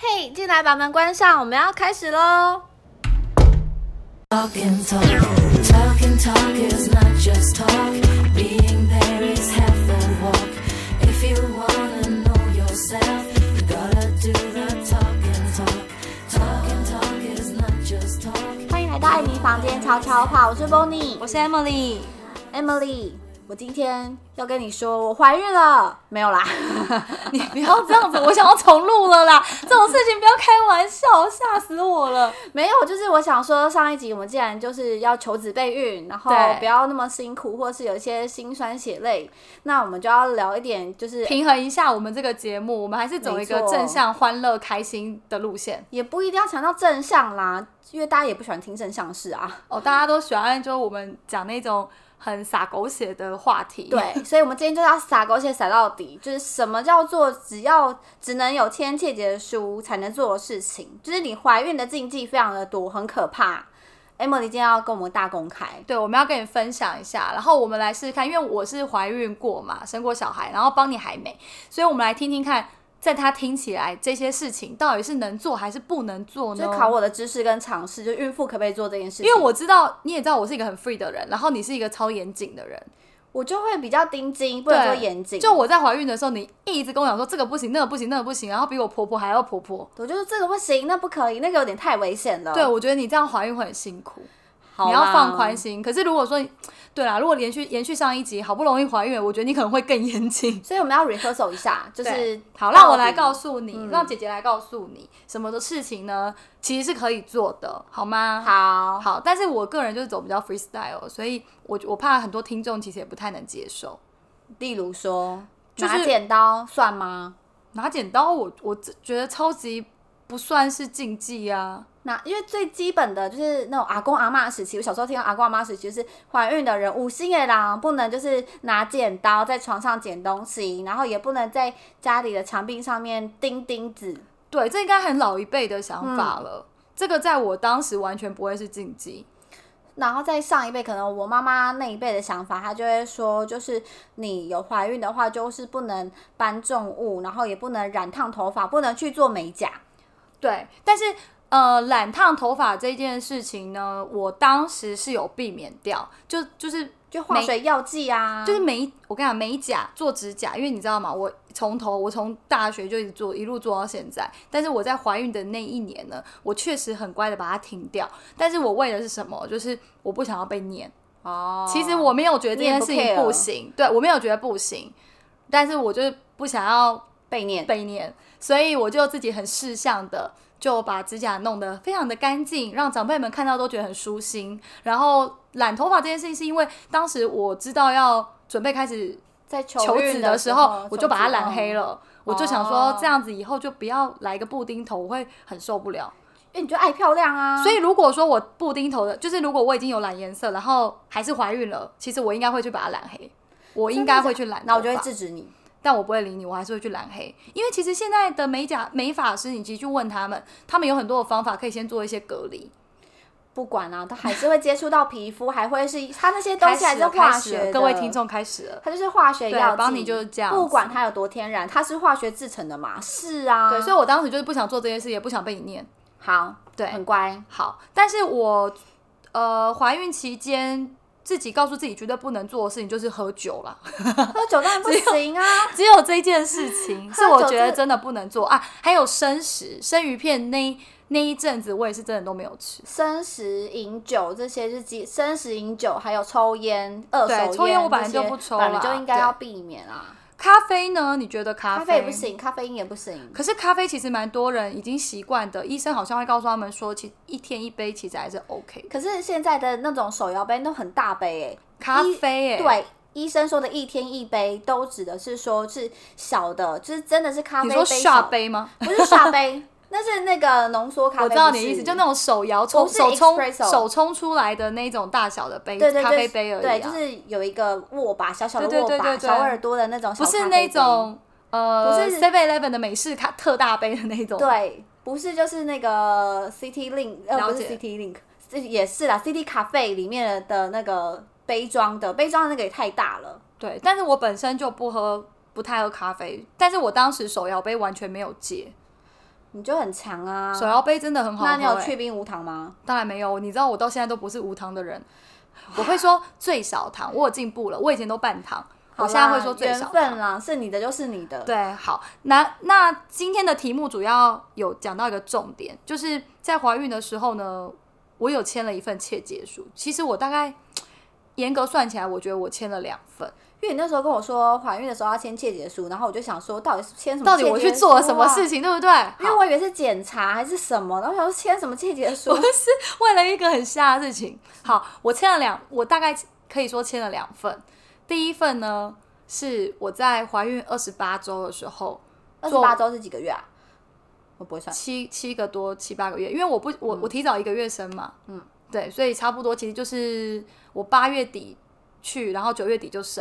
哎进来，把门关上，我们要开始喽。 Talking, talk, talking, talk is not just talk. Being there is half the walk. If you wanna know yourself, you gotta do the talking, talk. Talking, talk is not just talk. 欢迎来到艾米房间悄悄话，我是 Bonnie，我我是 Emily，是 Emily。我今天要跟你说，我怀孕了，没有啦。 你不要这样子，我想要重录了啦！这种事情不要开玩笑，吓死我了。没有，就是我想说，上一集我们既然就是要求子备孕，然后对不要那么辛苦，或是有一些辛酸血泪，那我们就要聊一点，就是平衡一下我们这个节目，我们还是走一个没错正向、欢乐、开心的路线也不一定要强调正向啦，因为大家也不喜欢听正向事啊。哦。大家都喜欢，就我们讲那种很洒狗血的话题。 对，所以我们今天就要撒狗血撒到底，就是什么叫做只要只能有签切结的书才能做的事情，就是你怀孕的禁忌非常的多，很可怕。Emily 今天要跟我们大公开，对，我们要跟你分享一下，然后我们来试试看，因为我是怀孕过嘛，生过小孩，然后帮你还没，所以我们来听听看，在他听起来这些事情到底是能做还是不能做呢？就是考我的知识跟尝试，就孕妇可不可以做这件事哦情？因为我知道你也知道我是一个很 free 的人，然后你是一个超严谨的人，我就会比较盯紧，不对，能说严谨。就我在怀孕的时候，你一直跟我讲说这个不行，那个不行，那个不行，然后比我婆婆还要婆婆。我就是这个不行，那不可以，那个有点太危险了。对，我觉得你这样怀孕会很辛苦，哦好啦你要放宽。心。可是如果说你，对啦，如果连续延续上一集，好不容易怀孕了，我觉得你可能会更 严谨。所以我们要 rehearsal 一下，就是对好，让我来到告底诉你，嗯让姐姐来告诉你什么的事情呢？其实是可以做的，好吗？好，好，但是我个人就是走比较 freestyle，所以我我怕很多听众其实也不太能接受。例如说，就是拿剪刀算吗？拿剪刀我，我只觉得超级不算是禁忌啊。那因为最基本的就是那种阿公阿妈时期，我小时候听到阿公阿妈时期就是怀孕的人五星野狼不能就是拿剪刀在床上剪东西，然后也不能在家里的墙壁上面钉钉子。对，这应该很老一辈的想嗯法了。这个在我当时完全不会是禁忌。然后在上一辈，可能我妈妈那一辈的想法，她就会说，就是你有怀孕的话，就是不能搬重物，然后也不能染烫头发，不能去做美甲。对，但是呃，染烫头发这件事情呢，我当时是有避免掉，就就是就化美水药剂啊，就是美，我跟你讲，美甲做指甲，因为你知道吗？我从头，我从大学就一直做，一路做到现在。但是我在怀孕的那一年呢，我确实很乖的把它停掉。但是我为的是什么？就是我不想要被念。哦。其实我没有觉得这件事你也情不 care 不行，对我没有觉得不行，但是我就是不想要被念，被念，所以我就自己很识相的就把指甲弄得非常的干净，让长辈们看到都觉得很舒心。然后染头发这件事情，是因为当时我知道要准备开始在求求孕子的的时候，我就把它求子染黑嗯了。我就想说哦这样子以后就不要来一个布丁头，我会很受不了。因为你就爱漂亮啊，所以如果说我布丁头的，就是如果我已经有染颜色，然后还是怀孕了，其实我应该会去把它染黑，我应该会去染头发。那我就会制止你。但我不会理你，我还是会去染黑，因为其实现在的美甲美发师，你其实去问他们，他们有很多的方法可以先做一些隔离。不管啊，它还是会接触到皮肤，还会是它那些东西还是化开始了学的。各位听，众开始了。它就是化学药对剂，帮你就是这样子不管它有多天然，它是化学制成的嘛。是啊，对，所以我当时就是不想做这件事，也不想被你念。好，对很乖。好，但是我呃怀孕期间，自己告诉自己绝对不能做的事情就是喝酒 啦。喝酒当然不行啊， 只有这件事情是 喝我酒觉得这真的不能做啊！还有生食、生鱼片那一那一阵子，我也是真的都没有吃。生食、饮酒这些是基，生食、饮酒还有抽烟、二手对烟，抽烟我本来就不抽啦本来就应该要避免啊。咖啡呢？你觉得咖咖啡啡也不？行，咖啡因也不行。可是咖啡其实蛮多人已经习惯的，医生好像会告诉他们说，其一天一杯其实还是 OK 的。可是现在的那种手摇杯都很大杯诶、咖啡、欸，，对，医生说的一天一杯，都指的是说是小的，就是真的是咖你啡杯说小下的，杯吗？不是刷杯，那是那个浓缩咖啡。我知道你不的是意思，就那种手摇冲不是手冲 espresso 手冲出来的那种大小的杯，对对对咖啡杯而已、啊，对，就是有一个握把，小小的对对握把，对对对小耳朵的那种小不咖啡杯，是那种呃不是 Seven Eleven 的美式咖特大杯的那种。对，不是就是那个 City Link，呃，了不是解 City Link，是也是啦，City Cafe 里面的那个杯装的，杯装的那个也太大了。对，但是我本身就不喝，不太喝咖啡，但是我当时手摇杯完全没有戒，你就很强啊。手摇杯真的很好喝、那你有欸去冰无糖吗？当然没有，你知道我到现在都不是无糖的人，我会说最少糖，我有进步了，我以前都半糖，我现在会说最少好啦缘分糖。啦，是你的就是你的。，对，好，那那今天的题目主要有讲到一个重点，就是在怀孕的时候呢，我有签了一份切结书。其实我大概严格算起来，我觉得我签了两份。因为你那时候跟我说怀孕的时候要签切结书，然后我就想说，到底是签什么？到底我去做了什么事情，情？对不对？啊因为好我以为是检查还是什么，然后我想说签什么切结 书我？是为了一个很瞎的事情。好，我签了两，我大概可以说签了两份。第一份呢，是我在怀孕二十八周的时候，二十八周是几个月啊？我不会算。七七个多七八个月，因为我不我我提早一个月生嘛，嗯，对，所以差不多其实就是我八月底去，然后九月底就生。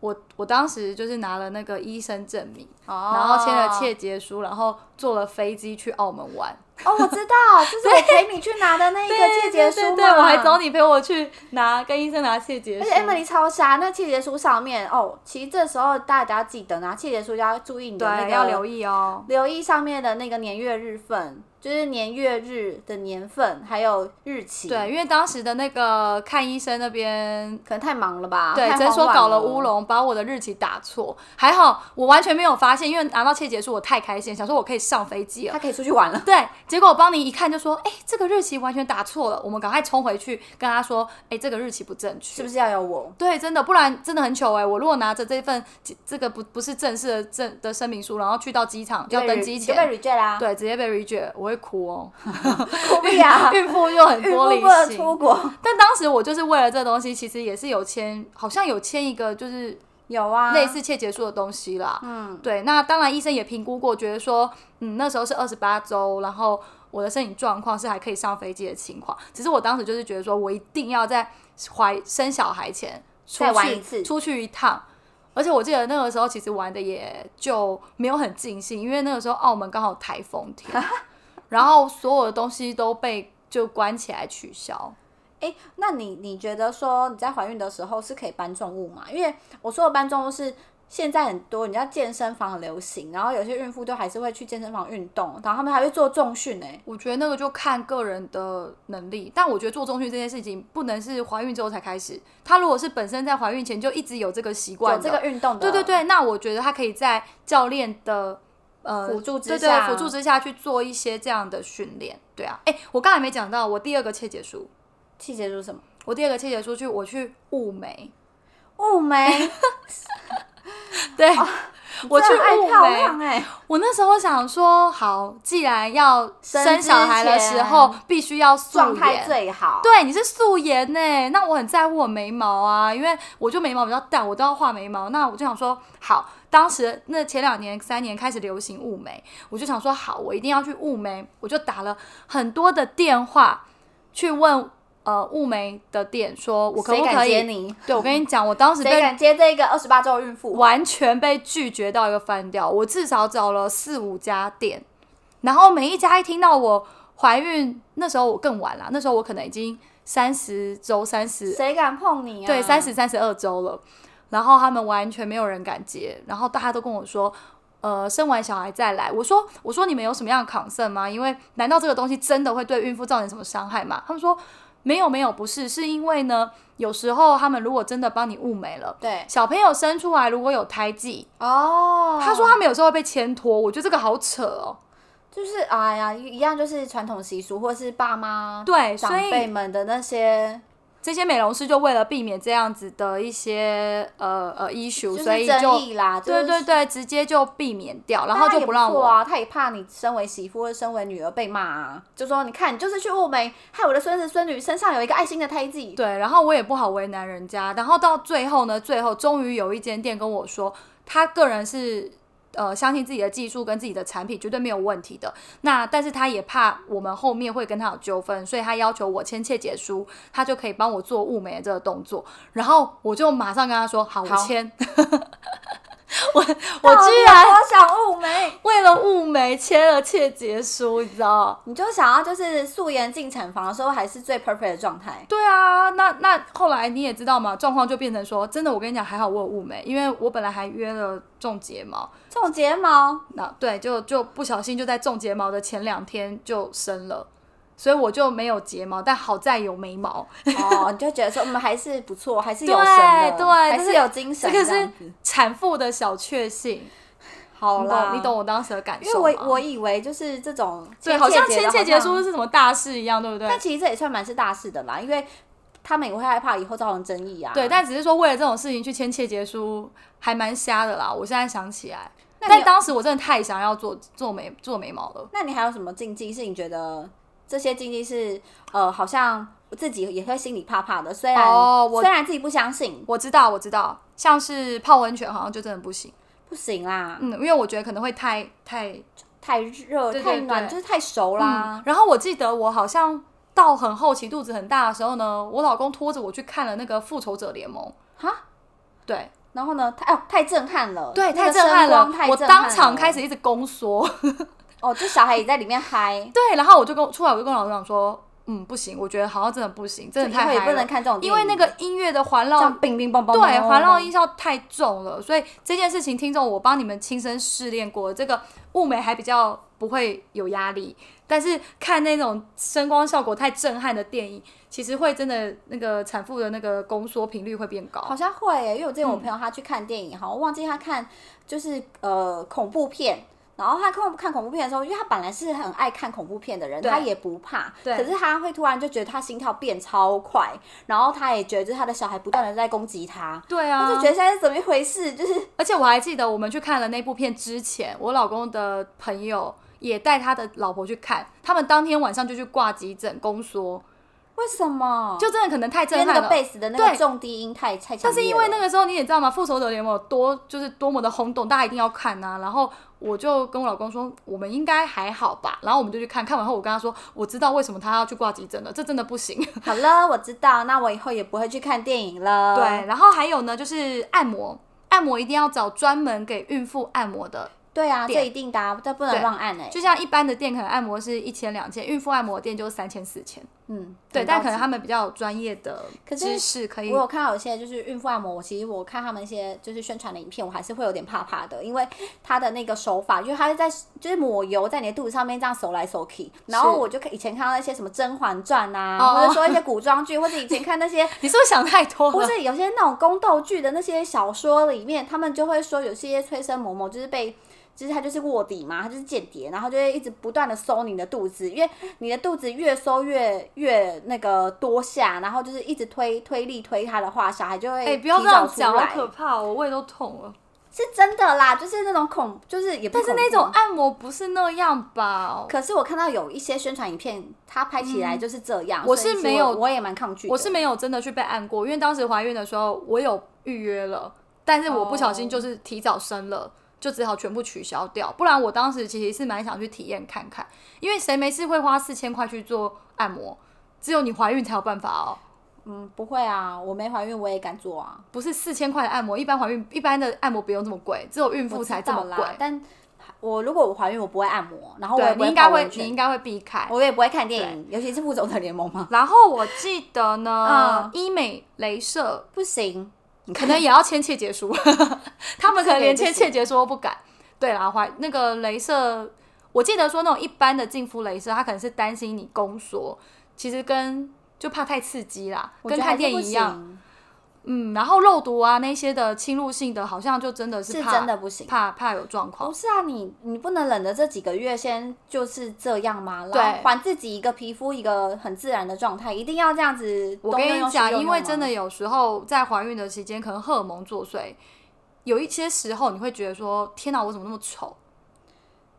我我当时就是拿了那个医生证明，哦然后签了切结书，然后坐了飞机去澳门玩。哦，我知道，就是我陪你去拿的那一个切结书对对嘛。对，我还找你陪我去拿跟医生拿切结而书。且 Emily 超瞎，那切结书上面哦，其实这时候大家要记得拿切结书就要注意你的那个对要留意哦。留意上面的那个年月日份，就是年月日的年份还有日期。对，，因为当时的那个看医生那边，可能太忙了吧？对太诊所慌乱搞了乌。龙，把我的日期打错，还好我完全没有发现，因为拿到切结书我太开心，想说我可以上飞机他了。可以出去玩了。对，结果我帮你一看就说，哎、这个日期完全打错了，我们赶快冲回去跟他说，哎、这个日期不正确，是不是要有我？对，真的，不然真的很糗哎、我如果拿着这份这个不不是正式的证的声明书，然后去到机场要登机就被前， reject 啦、， 对，直接被 reject，我会哭 哦。何必啊 ？孕妇又很孕玻妇璃不能心，出国。但当时我就是为了这东西，其实也是有签，好像有签一个就是有啊，类似切结束的东西啦。嗯，对，那当然医生也评估过，觉得说，嗯，那时候是二十八周，然后我的身体状况是还可以上飞机的情况。只是我当时就是觉得说，我一定要在怀生小孩前出再玩去一次出去一趟。而且我记得那个时候其实玩的也就没有很尽兴，因为那个时候澳门刚好台风天， 然后所有的东西都被就关起来取消。哎、那你你觉得说你在怀孕的时候是可以搬重物吗？因为我说的搬重物是现在很多，你知道健身房很流行，然后有些孕妇都还是会去健身房运动，然后他们还会做重训呢、我觉得那个就看个人的能力，但我觉得做中训这件事情不能是怀孕之后才开始。她如果是本身在怀孕前就一直有这个习惯有的，这个运动的，对对对，那我觉得她可以在教练的呃辅助之对下对辅助之下去做一些这样的训练。对啊，哎，我刚才没讲到我第二个切结书，气节是什么？我第二个切结书去我去雾眉，雾眉，对、 我去哦真的爱雾漂眉，亮哎、我那时候想说，好，既然要生生小孩的之前时候必须要素状态颜最好。，对，你是素颜呢、那我很在乎我眉毛啊，因为我就眉毛比较淡，我都要画眉毛。那我就想说，好，当时那前两年、三年开始流行雾眉，我就想说，好，我一定要去雾眉，我就打了很多的电话去问呃雾眉的店，说我可谁不敢可接以？你？对，我跟你讲，我当时谁被敢接这个二十八周的孕妇？完全被拒绝到一个翻掉，我至少找了四五家店，然后每一家一听到我怀孕，那时候我更晚了，那时候我可能已经三十周、三十谁敢碰你啊？对三十三十二周了，然后他们完全没有人敢接，然后大家都跟我说。呃，生完小孩再来，我说我说你们有什么样的 concern 吗？因为难道这个东西真的会对孕妇造成什么伤害吗？他们说没有没有，不是，是因为呢，有时候他们如果真的帮你雾眉了，对小朋友生出来如果有胎记，哦。他说他们有时候会被牵拖，我觉得这个好扯哦。就是哎呀，一一样就是传统习俗，或是爸妈对长所以辈们的那些，这些美容师就为了避免这样子的一些呃呃 issue，就是所以争就议啦，对对对，对，直接就避免掉，然但后他就也不让错我。啊，他也怕你身为媳妇或者身为女儿被骂啊，就说你看你就是去雾眉，害我的孙子孙女身上有一个爱心的胎记，对，然后我也不好为难人家。然后到最后呢，最后终于有一间店跟我说，他个人是呃相信自己的技术跟自己的产品绝对没有问题的。那但是他也怕我们后面会跟他有纠纷，所以他要求我签切结书，他就可以帮我做物美的这个动作。然后我就马上跟他说，好，我好签。 我我居然我想雾眉，为了雾眉签了切结书，你知道？你就想要就是素颜进产房的时候还是最 perfect 的状态。对啊，那那后来你也知道嘛，状况就变成说，真的，我跟你讲，还好我有雾眉，因为我本来还约了种睫毛，这种睫毛，那对，就就不小心就在种睫毛的前两天就生了，所以我就没有睫毛，但好在有眉毛。哦，你就觉得说我们还是不错，还是有神的，对对还这是是有精神这这个样子。是产妇的小确幸，好你啦懂你懂我当时的感因为受吗？我我以为就是这种对，签好像切结签的切好结像书是什么大事一样，对不对？但其实这也算蛮是大事的啦，因为他们也会害怕以后造成争议啊。对，但只是说为了这种事情去签切结书，还蛮瞎的啦。我现在想起来，那你但有当时我真的太想要做做眉做眉毛了。那你还有什么禁忌是你觉得这些禁忌是呃，好像我自己也会心里怕怕的，虽然、哦我虽然自己不相信，我知道，我知道，像是泡温泉好像就真的不行，不行啦，嗯，因为我觉得可能会太太太热对对太暖对就是太熟啦嗯。。然后我记得我好像到很后期肚子很大的时候呢，我老公拖着我去看了那个《复仇者联盟》哈。对然后呢，太哦太震撼嗯了，对，那太个震撼声了光！太我震撼当场了开始一直宫缩。哦，就小孩也在里面嗨， 对，然后我就跟出来，我就跟老师讲说，嗯，不行，我觉得好像真的不行，真的就以太后也嗨不了能看这种电因影，为那个音乐的环这绕样乒乒乓乓，对，环绕音音效太重了，所以这件事情，听众我帮你们亲身试炼过，这个雾眉还比较不会有压力，但是看那种声光效果太震撼的电影，其实会真的那个产妇的那个宫缩频率会变好高。像会耶、因为我嗯之前我朋友他去看电影，好像忘记他看就是呃恐怖片，然后他看看恐怖片的时候，因为他本来是很爱看恐怖片的人，对他也不怕，对可是他会突然就觉得他心跳变超快，然后他也觉得就是他的小孩不断的在攻击他，对他啊，就觉得现在是怎么一回事，就是而且我还记得我们去看了那部片之前，我老公的朋友也带他的老婆去看，他们当天晚上就去挂急诊宫缩，为什么？就真的可能太因震为撼了。那个贝斯的那个对重低音太太强烈但了，是因为那个时候你也知道嘛，《复仇者联盟》有多就是多么的轰动，大家一定要看呐、然后我就跟我老公说，我们应该还好吧。然后我们就去看看完后，我跟他说，我知道为什么他要去挂急诊了，这真的不行。 好了，我知道，那我以后也不会去看电影 了。对，然后还有呢，就是按摩，按摩一定要找专门给孕妇按摩的，对啊，点这一定的、啊，这不能对乱按哎、就像一般的店可能按摩是一千两千，孕妇按摩店就是三千四千。嗯，对，很但高可能级他们比较有专业的可是知识可以我有看到有些就是孕妇按摩，我其实我看他们一些就是宣传的影片，我还是会有点怕怕的，因为他的那个手法，因为他是在就是抹油在你的肚子上面这样手来手去，然后我就以前看到那些什么《甄嬛传》啊，哦或者说一些古装剧，或者以前看那些。 你是不是想太多 或了？是有些那种宫斗剧的那些小说里面，他们就会说有些催生嬷嬷就是被，就是他就是卧底嘛，他就是间谍，然后就会一直不断的搜你的肚子，因为你的肚子越搜越越那个多下，然后就是一直推推力推他的话，小孩就会哎、提不要这样早出讲，好来，可怕、哦，我胃都痛了。是真的啦，就是那种恐，就是也不但是恐那种怖。按摩不是那样吧？可是我看到有一些宣传影片，他拍起来就是这样，我所以是其实没有嗯我也蛮抗拒的，我是没有真的去被按过，因为当时怀孕的时候我有预约了，但是我不小哦心就是提早生了。就只好全部取消掉，不然我当时其实是蛮想去体验看看，因为谁没事会花四千块去做按摩？只有你怀孕才有办法哦，嗯不会啊，我没怀孕我也敢做啊。不是四千块的按摩，一般怀孕一般的按摩不用这么贵，只有孕哦我妇知才这么道啦贵。但我如果我怀孕，我不会按摩，然后我也对不你会应该泡会温，泉你应该会避开。我也不会看电影，尤其是《复仇者联盟》嘛，然后我记得呢嗯，医美、镭射不行。你可能也要签切结书， 他们可能连这个签也不行切结书都不敢。对啦，怀那个镭射，我记得说那种一般的净肤镭射，他可能是担心你宫缩，其实跟就怕太刺激啦，我觉跟得看还是电不影一样。行，嗯，然后肉毒啊那些的侵入性的，好像就真的是怕真的不行。怕怕有状不况。是啊，你你不能忍着这几个月先就是这样吗？对然后还自己一个皮肤一个很自然的状态，一定要这样子。我东跟用用你西讲，用因用为吗真的有时候在怀孕的期间，可能荷尔蒙作祟，有一些时候你会觉得说：“天哪，我怎么那么丑？”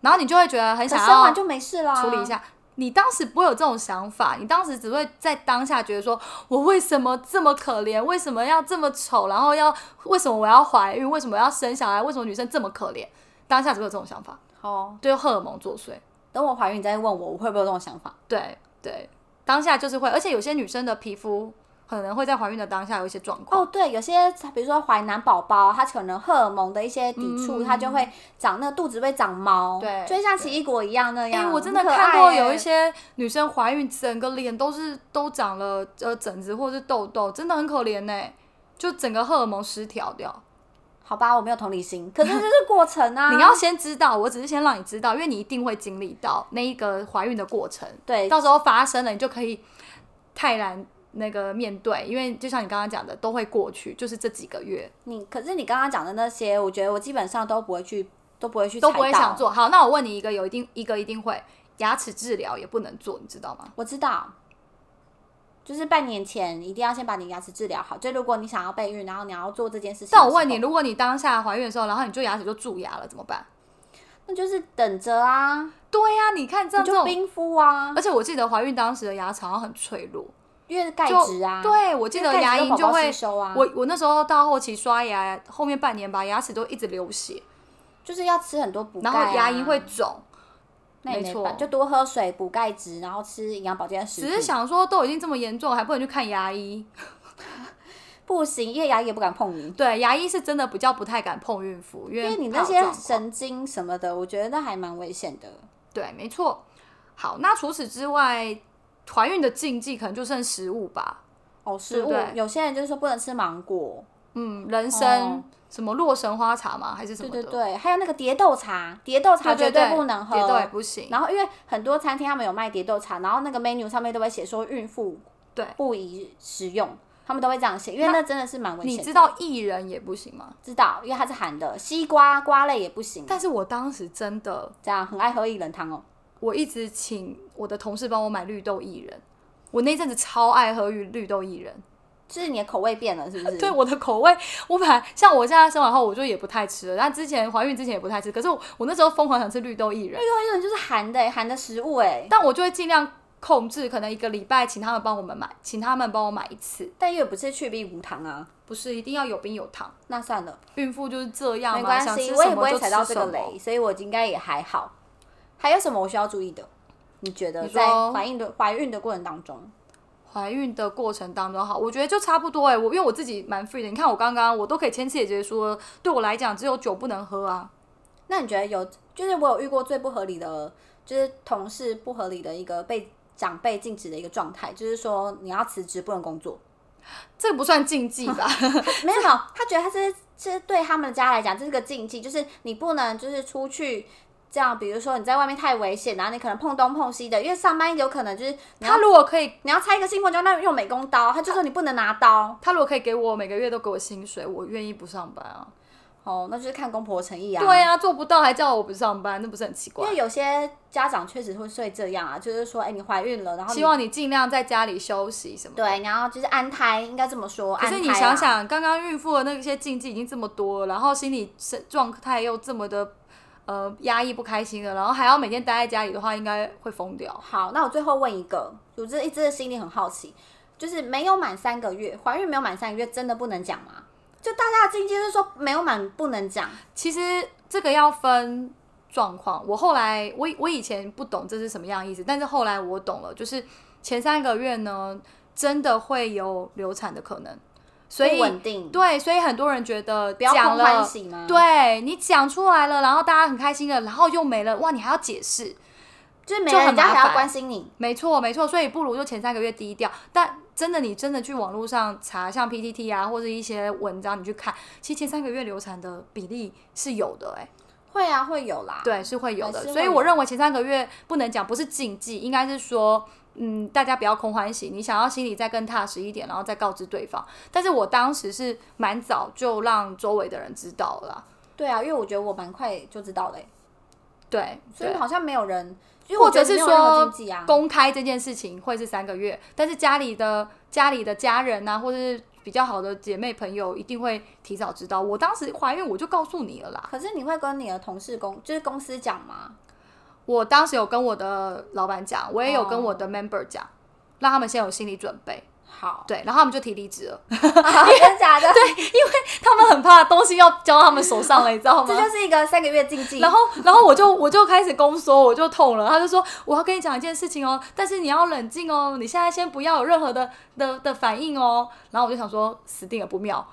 然后你就会觉得很可想生要完就没事啦，处理一。下。你当时不会有这种想法，你当时只会在当下觉得说，我为什么这么可怜，为什么要这么丑，然后要为什么我要怀孕，为什么要生小孩，为什么女生这么可怜？当下只会有这种想法，好，对荷尔蒙作祟，等我怀孕你再问我，我会不会有这种想法？对对，当下就是会，而且有些女生的皮肤可能会在怀孕的当下有一些状况。哦，对，有些比如说怀男宝宝，他可能荷尔蒙的一些抵触，嗯他就会长那个肚子会长毛，对就会像奇异果一样那哎、样。我真的很可爱看过欸有一些女生怀孕，整个脸都是都长了呃疹子或者是痘痘，真的很可怜呢、就整个荷尔蒙失调掉。好吧，我没有同理心，可是这是过程啊。 你要先知道，我只是先让你知道，因为你一定会经历到那一个怀孕的过程，对到时候发生了，你就可以泰然那个面对，因为就像你刚刚讲的，都会过去，就是这几个月你，可是你刚刚讲的那些，我觉得我基本上都不会去，都不会去，都不会想。做。好，那我问你一个，有一定一个一定会牙齿治疗也不能做，你知道吗？我知道，就是半年前一定要先把你牙齿治疗好。就如果你想要备孕，然后你要做这件事情的时但候，我问你，如果你当下怀孕的时候，然后你就牙齿就蛀牙了，怎么办？那就是等着啊，对呀、你看这样你这就种，冰敷啊而，且我记得怀孕当时的牙齿好像很脆弱，因为钙就质啊，，对我记因为得钙质牙都龈宝就宝会吸收啊，我我那时候到后期刷牙，后面半年吧，牙齿都一直流血，就是要吃很多补钙、然啊，后牙龈会肿。那也没没错办就多喝水补钙质，然后吃营养保健的食只品。是想说都已经这么严重，还不能去看牙医？不行，因为牙医也不敢碰你，对，牙医是真的比较不太敢碰孕妇，因因为你怕那有些状况神经什么的，我觉得那还蛮危险的。对，没错。好，那除此之外，怀孕的禁忌可能就剩食物吧。哦，食对物不对有些人就是说不能吃芒果，嗯，人参、哦什么洛神花茶吗？还是什对么对的？对，还有那个蝶豆茶，蝶豆茶绝对不能喝，蝶豆也不行。然后因为很多餐厅他们有卖蝶豆茶，然后那个 menu 上面都会写说孕妇对不宜食用，他们都会这样写，因为那那真的是蛮危险你的。知道薏仁也不行吗？知道，因为它是含的，西瓜瓜类也不行。但是我当时真的，这样很爱喝薏仁汤哦。我一直请我的同事帮我买绿豆薏仁。我那阵子超爱喝绿绿豆薏仁，就是你的口味变了，是不是？对我的口味， 我本来像我现在生完后我就也不太吃了，但之前怀孕之前也不太吃，可是我我那时候疯狂想吃绿豆薏仁，啊还有一种就是含的、含的食物哎、但我就会尽量控制，可能一个礼拜请他们帮我们买，请他们帮我买一次，但又不是去冰无糖啊。不是一定要有冰有糖。那算了，孕妇就是这样没嘛，关想系，吃我什也不么会就踩吃到这什个么。雷，所以我应该也还好。还有什么我需要注意的？你觉得你在说怀孕的怀孕的过程当中，怀孕的过程当中，好，我觉得就差不多哎、我因为我自己蛮 free 的，你看我刚刚我都可以签字姐姐说，对我来讲只有酒不能喝啊，那你觉得有就是我有遇过最不合理的，就是同事不合理的一个被长辈禁止的一个状态，就是说你要辞职不能工作。这个不算禁忌吧？ 没有没有，他觉得他是是对他们家来讲，这是个禁忌，就是你不能就是出去这样，比如说你在外面太危险，然后你可能碰东碰西的，因为上班有可能就是你要他如果可以你要拆一个信封，就要那用美工刀，他就说你不能拿刀。他如果可以给我每个月都给我薪水，我愿意不上班啊。哦，那就是看公婆诚意啊。对啊，做不到还叫我不上班，那不是很奇因怪为？有些家长确实会睡这样啊，就是说，哎、你怀孕了，然后你希望你尽量在家里休息什么的。对，然后就是安胎，应该这么说。可是你安胎啊想，想，刚刚孕妇的那些禁忌已经这么多了，然后心理是状态又这么的呃压抑不开心的，然后还要每天待在家里的话，应该会疯掉。好，那我最后问一个，我这一直心里很好奇，就是没有满三个月，怀孕没有满三个月，真的不能讲吗？就大家的禁忌就是说没有满不能讲，其实这个要分状况。我后来，我以我以前不懂这是什么样的意思，但是后来我懂了，就是前三个月呢，真的会有流产的可能，所以不稳定，对，所以很多人觉得不要讲空欢了，喜吗？，对你讲出来了，然后大家很开心了，然后又没了，哇，你还要解释，就是没就人很人家麻还要烦关心你，没错没错，所以不如就前三个月低调，但。真的，你真的去网络上查，像 PTT 啊，或者一些文章，你去看，其实前三个月流产的比例是有的、欸，会啊，会有啦。对，是会有还的。是所以会有我认为前三个月不能讲不是禁忌，应该是说，嗯，大家不要空欢喜，你想要心里再更踏实一点，然后再告知对方。但是我当时是蛮早就让周围的人知道了啦，对啊，因为我觉得我蛮快就知道嘞、欸对，所以对好像没有人，因为我或觉者是得没有任何说禁忌啊，公开这件事情会是三个月，但是家里的家里的家人啊，或者是比较好的姐妹朋友一定会提早知道。我当时怀孕我就告诉你了啦，可是你会跟你的同事公就是公司讲 吗？ 我当时有跟我的老板讲，我也有跟哦我的 member 讲，让他们先有心理准备。好，对，然后他们就提离职了，真的假的？对，他们很怕东西要交到他们手上了，你知道吗这？就是一个三个月禁忌。然后，然后我就我就开始宫缩，我就痛了。他就说我要跟你讲一件事情哦，但是你要冷静哦，你现在先不要有任何的的的反应哦。然后我就想说死定了不妙，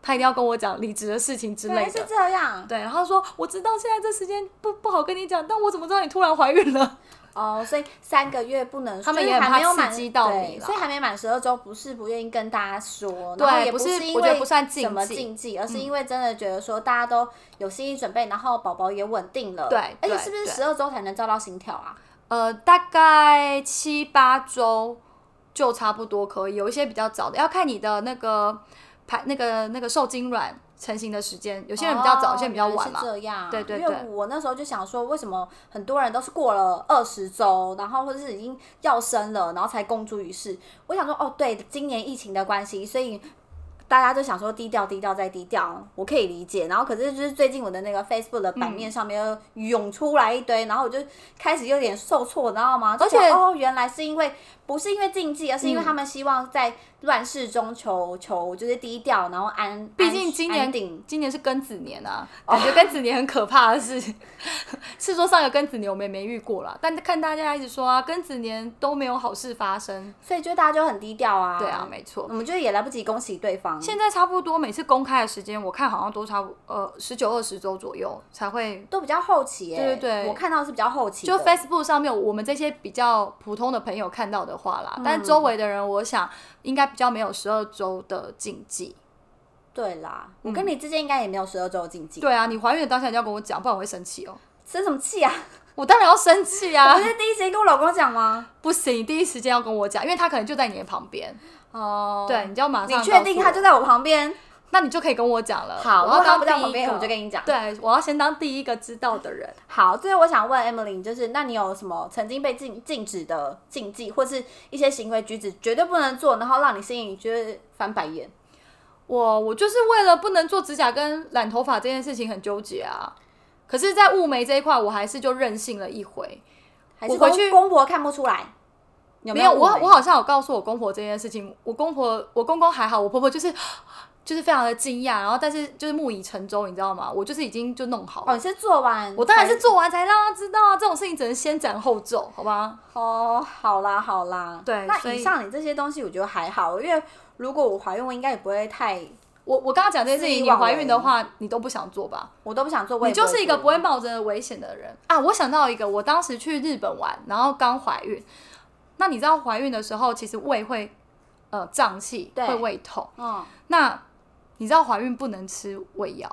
他一定要跟我讲离职的事情之原类来是的。这样对，然后他说我知道现在这时间不不好跟你讲，但我怎么知道你突然怀孕了？哦，所以三个月不能，他们就是也很还怕没有刺满激到对你啦所以还没满十二周，不是不愿意跟大家说，对然后也不是是因我觉得为不算禁什么忌嗯禁忌，而是因为真的觉得说大家都有心理准备，然后宝宝也稳定了，对而且对是不是对十二周才能照到心跳啊？呃，大概七八周就差不多可以，有一些比较早的，要看你的那个排那个那个受精卵成型的时间，有有些人比较早，有些人比较晚嘛哦是。这样，对对因为对我那时候就想说，为什么很多人都是过了二十周，然后或者是已经要生了，然后才公诸于世？我想说，哦，对，今年疫情的关系，所以。大家就想说低调低调再低调，我可以理解。然后可是就是最近我的那个 Facebook 的版嗯面上面又涌出来一堆，然后我就开始有点受挫，你知道吗？就而且嗯觉得哦，原来是因为不是因为禁忌，而是因为他们希望在乱世中求求就是低调，然后安。毕竟今安年定今年是庚子年啊，感觉庚子年很可怕的是， 是说上个庚子年我们也没遇过 啊啦，但看大家一直说啊，庚子年都没有好事发生。所以就大家就很低调啊。对啊，没错我。们就也来不及恭喜对方。现在差不多每次公开的时间，我看好像都差不呃十九二十周左右才会都比较后期耶、对对对我看到是比较后期的，就 Facebook 上面，我们这些比较普通的朋友看到的话啦，嗯但周围的人，我想应该比较没有十二周的禁忌。对啦。我跟你之间应该也没有十二周禁忌，嗯 对啊，你怀孕的当下你就要跟我讲，不然我会生气哦。生什么气啊？我当然要生气啊我不！是第一时间跟我老公讲吗？不行，你第一时间要跟我讲，因为他可能就在你的旁边。哦，对，，你就要马上。你确定他就？在我旁边？那你就可以跟我讲了。好，如我果要他当不在第我一旁边，个我就跟你讲。对，我要先当第一个知道的人。好，最后我想问 Emily，就是那你有什么曾经被禁禁止的禁忌，或是一些行为举止绝对不能做，然后让你心里就是翻白眼？我我就是为了不能做指甲跟染头发这件事情很纠结啊。可是，在雾眉这一块，我还是就任性了一回。还是我回公去公婆看不出来？有没有有，误我会我好像有告诉我公婆这件事情，我公婆我公公还好，我婆婆就是就是非常的惊讶，然后但是就是木已成舟，你知道吗？我就是已经就弄好哦，了，你是做完？我当然是做完才让他知道啊，这种事情只能先斩后奏，好吧？哦，好啦好啦，对那所以以上你这些东西我觉得还好，因为如果我怀孕，我应该也不会太，我我刚刚讲这件事肆情，意你妄为怀孕的话，你都不想做吧？我都不想做，我也你就是一个不会会冒着危险的人啊！我想到一个，我当时去日本玩，然后刚怀孕。那你知道怀孕的时候，其实胃会呃胀气，对会胃痛。做。嗯，那你知道怀孕不能吃胃药，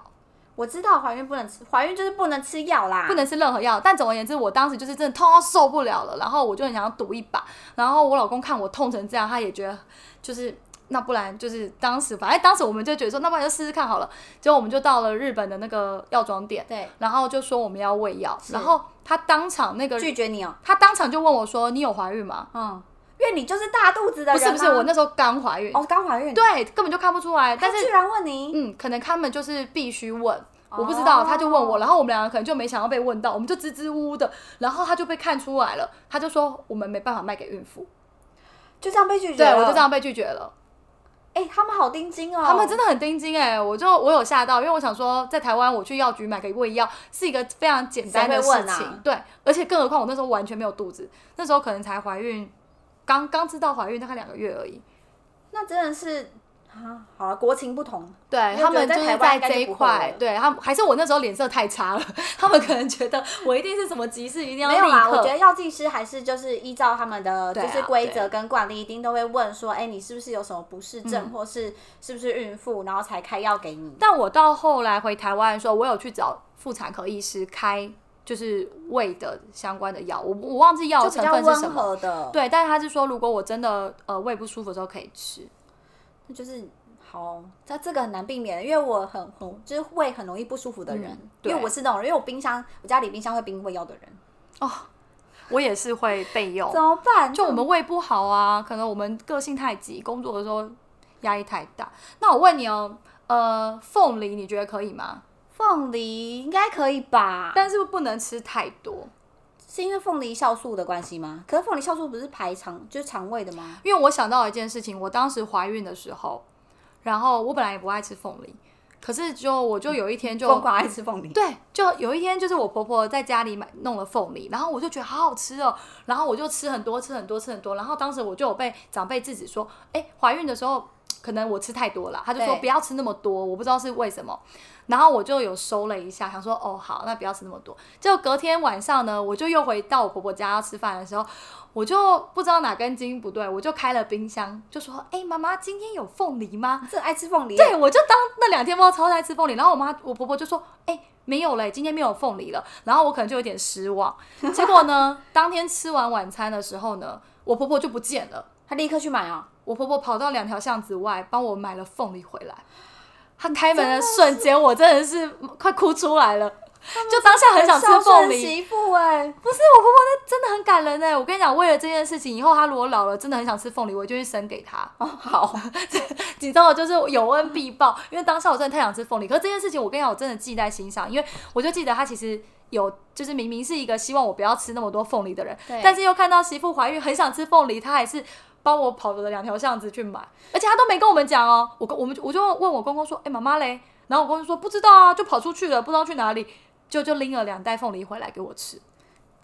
我知道怀孕不能吃，怀孕就是不能吃药啦，不能吃任何药。但总而言之，我当时就是真的痛到受不了了，然后我就很想要赌一把。然后我老公看我痛成这样，他也觉得就是那不然就是当时反正当时我们就觉得说，那不然就试试看好了。结果我们就到了日本的那个药妆店，对然后就说我们要喂药，然后他当场那个拒绝你哦、他当场就问我说：“你有怀孕吗嗯，因为你就是大肚子？”的不人是啊，不是，我那时候刚怀孕，哦刚怀孕，对，根本就看不出来。他但是居然问你，嗯，可能他们就是必须问，哦我不知道，他就问我，然后我们两个可能就没想要被问到，我们就支支吾吾的，然后他就被看出来了，他就说我们没办法卖给孕妇，就这样被拒绝对了，我就这，样被拒绝了。哎、他们好钉钉哦，他们真的的很钉钉哎，我就我有吓到，因为我想说在台湾我去药局买个胃药是一个非常简单的谁事会问啊情，对，而且更何况我那时候完全没有肚子，那时候可能才怀孕，刚刚知道怀孕大概两个月而已。那真的是啊，好了，国情不同，对因为他我觉得们就在台是湾在应该这就一不会块了，对他们还是我那时候脸色太差了，他们可能觉得我一定是什么急事，一定要没有立啦，我觉刻得。药剂师还是就是依照他们的就对啊是规则对跟惯例，一定都会问说，哎、你是不是有什么不适症，或是是不是孕妇，然后才开药给你。嗯但我到后来回台湾的时候，我有去找妇产科医师开就是胃的相关的药，我我忘记药就的比成较分是什温么。和的，，对，但是他是说，如果我真的呃胃不舒服的时候可以吃。就是好，这这个很难避免，因为我很很就是胃很容易不舒服的嗯人，因对为我是那种人，因为我冰箱我家里冰箱会冰胃药的人，我也是会备用怎，么办？就我们胃不好啊，可能我们个性太急，工作的时候压力太大。那我问你哦，呃，凤梨你觉得可以吗？凤梨应该可以吧？但是不能吃太多。是因为凤梨酵素的关系吗？可是凤梨酵素不是排肠就是肠胃的吗？因为我想到一件事情，我当时怀孕的时候，然后我本来也不爱吃凤梨，可是就我就有一天就疯狂爱吃 凤梨，对，就有一天就是我婆婆在家里买弄了凤梨，然后我就觉得好好吃哦，然后我就吃很多吃很多吃很多，然后当时我就有被长辈制止说，哎，怀孕的时候可能我吃太多了，他就说对不要吃那么多，我不知道是为什么，然后我就有收了一下，想说哦好，那不要吃那么多。就隔天晚上呢，我就又回到我婆婆家要吃饭的时候，我就不知道哪根筋不对，我就开了冰箱，就说哎妈妈今天有凤梨吗？这爱吃凤梨。对，我就当那两天不知道超爱吃凤梨，然后我妈我婆婆就说，哎、没有嘞，今天没有凤梨了，然后我可能就有点失 望。结果呢，当天吃完晚餐的时候呢，我婆婆就不见了，他立刻去买哦。我婆婆跑到两条巷子外帮我买了凤梨回来。她开门啊的瞬间，我真的是快哭出来了，就当下很想吃凤孝顺梨。媳妇哎、不是我婆婆，那真的很感人哎！我跟你讲，为了这件事情，以后她如果老了，真的很想吃凤梨，我就去生给她。 哦好，你知道，就是有恩必报，因为当下我真的太想吃凤梨。可是这件事情，我跟你讲，我真的记在心上，因为我就记得他其实有，就是明明是一个希望我不要吃那么多凤梨的人对，但是又看到媳妇怀孕很想吃凤梨，他还是帮我跑了两条巷子去买，而且他都没跟我们讲哦。我跟我们我就问我公公说：“哎、妈妈嘞？”然后我公公说：“不知道啊，就跑出去了，不知道去哪里。”就就拎了两袋凤梨回来给我吃，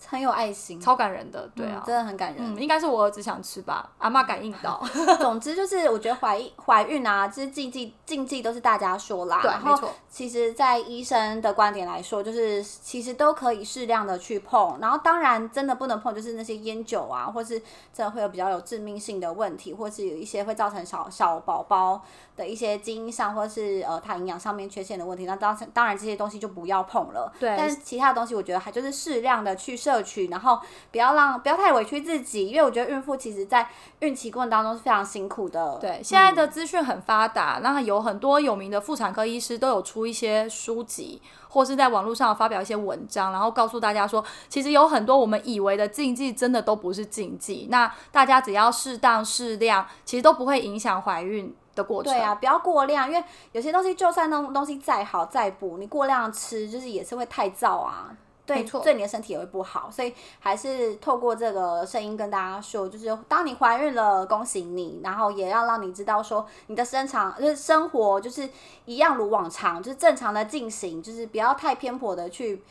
很有爱心，超感人的，对啊嗯， 真的很感人。嗯，应该是我儿子想吃吧，阿妈感应 到，总之就是，我觉得怀怀孕啊，就是禁忌禁忌都是大家说啦。对然没后错其实，在医生的观点来说，就是其实都可以适量的去碰。然后当然真的不能碰，就是那些烟酒啊，或是真的会有比较有致命性的问题，或是有一些会造成小小宝宝的一些基因上或是呃它营养上面缺陷的问题。那当当然这些东西就不要碰了。对但其他的东西我觉得还就是适量的去摄取，然后不要让不要太委屈自己，因为我觉得孕妇其实在孕期过程当中是非常辛苦的。对，现在的资讯很发达，那有很多有名的妇产科医师都有出一些书籍，或是在网络上发表一些文章，然后告诉大家说，其实有很多我们以为的禁忌，真的都不是禁忌。那大家只要适当适量，其实都不会影响怀孕的过程。对啊，，不要过量，因为有些东西就算那种东西再好再补，你过量吃就是也是会太燥啊。对，没错对你的身体也会不好，所以还是透过这个声音跟大家说，就是当你怀孕了，恭喜你，然后也要让你知道说你的生长就是生活就是一样如往常，就是正常的进行，就是不要太偏颇的去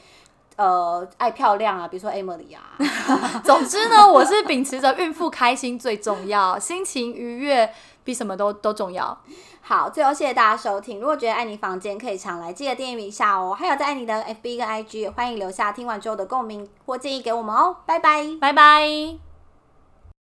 呃爱漂亮啊，比如说 Emily 啊， 总之呢，我是秉持着孕妇开心最重要，心情愉悦比什么都都重要。好，最后谢谢大家收听。如果觉得爱你房间可以常来，记得订阅一下哦。还有在爱你的 FB 跟 IG，也欢迎留下听完之后的共鸣或建议给我们哦。拜拜。拜拜。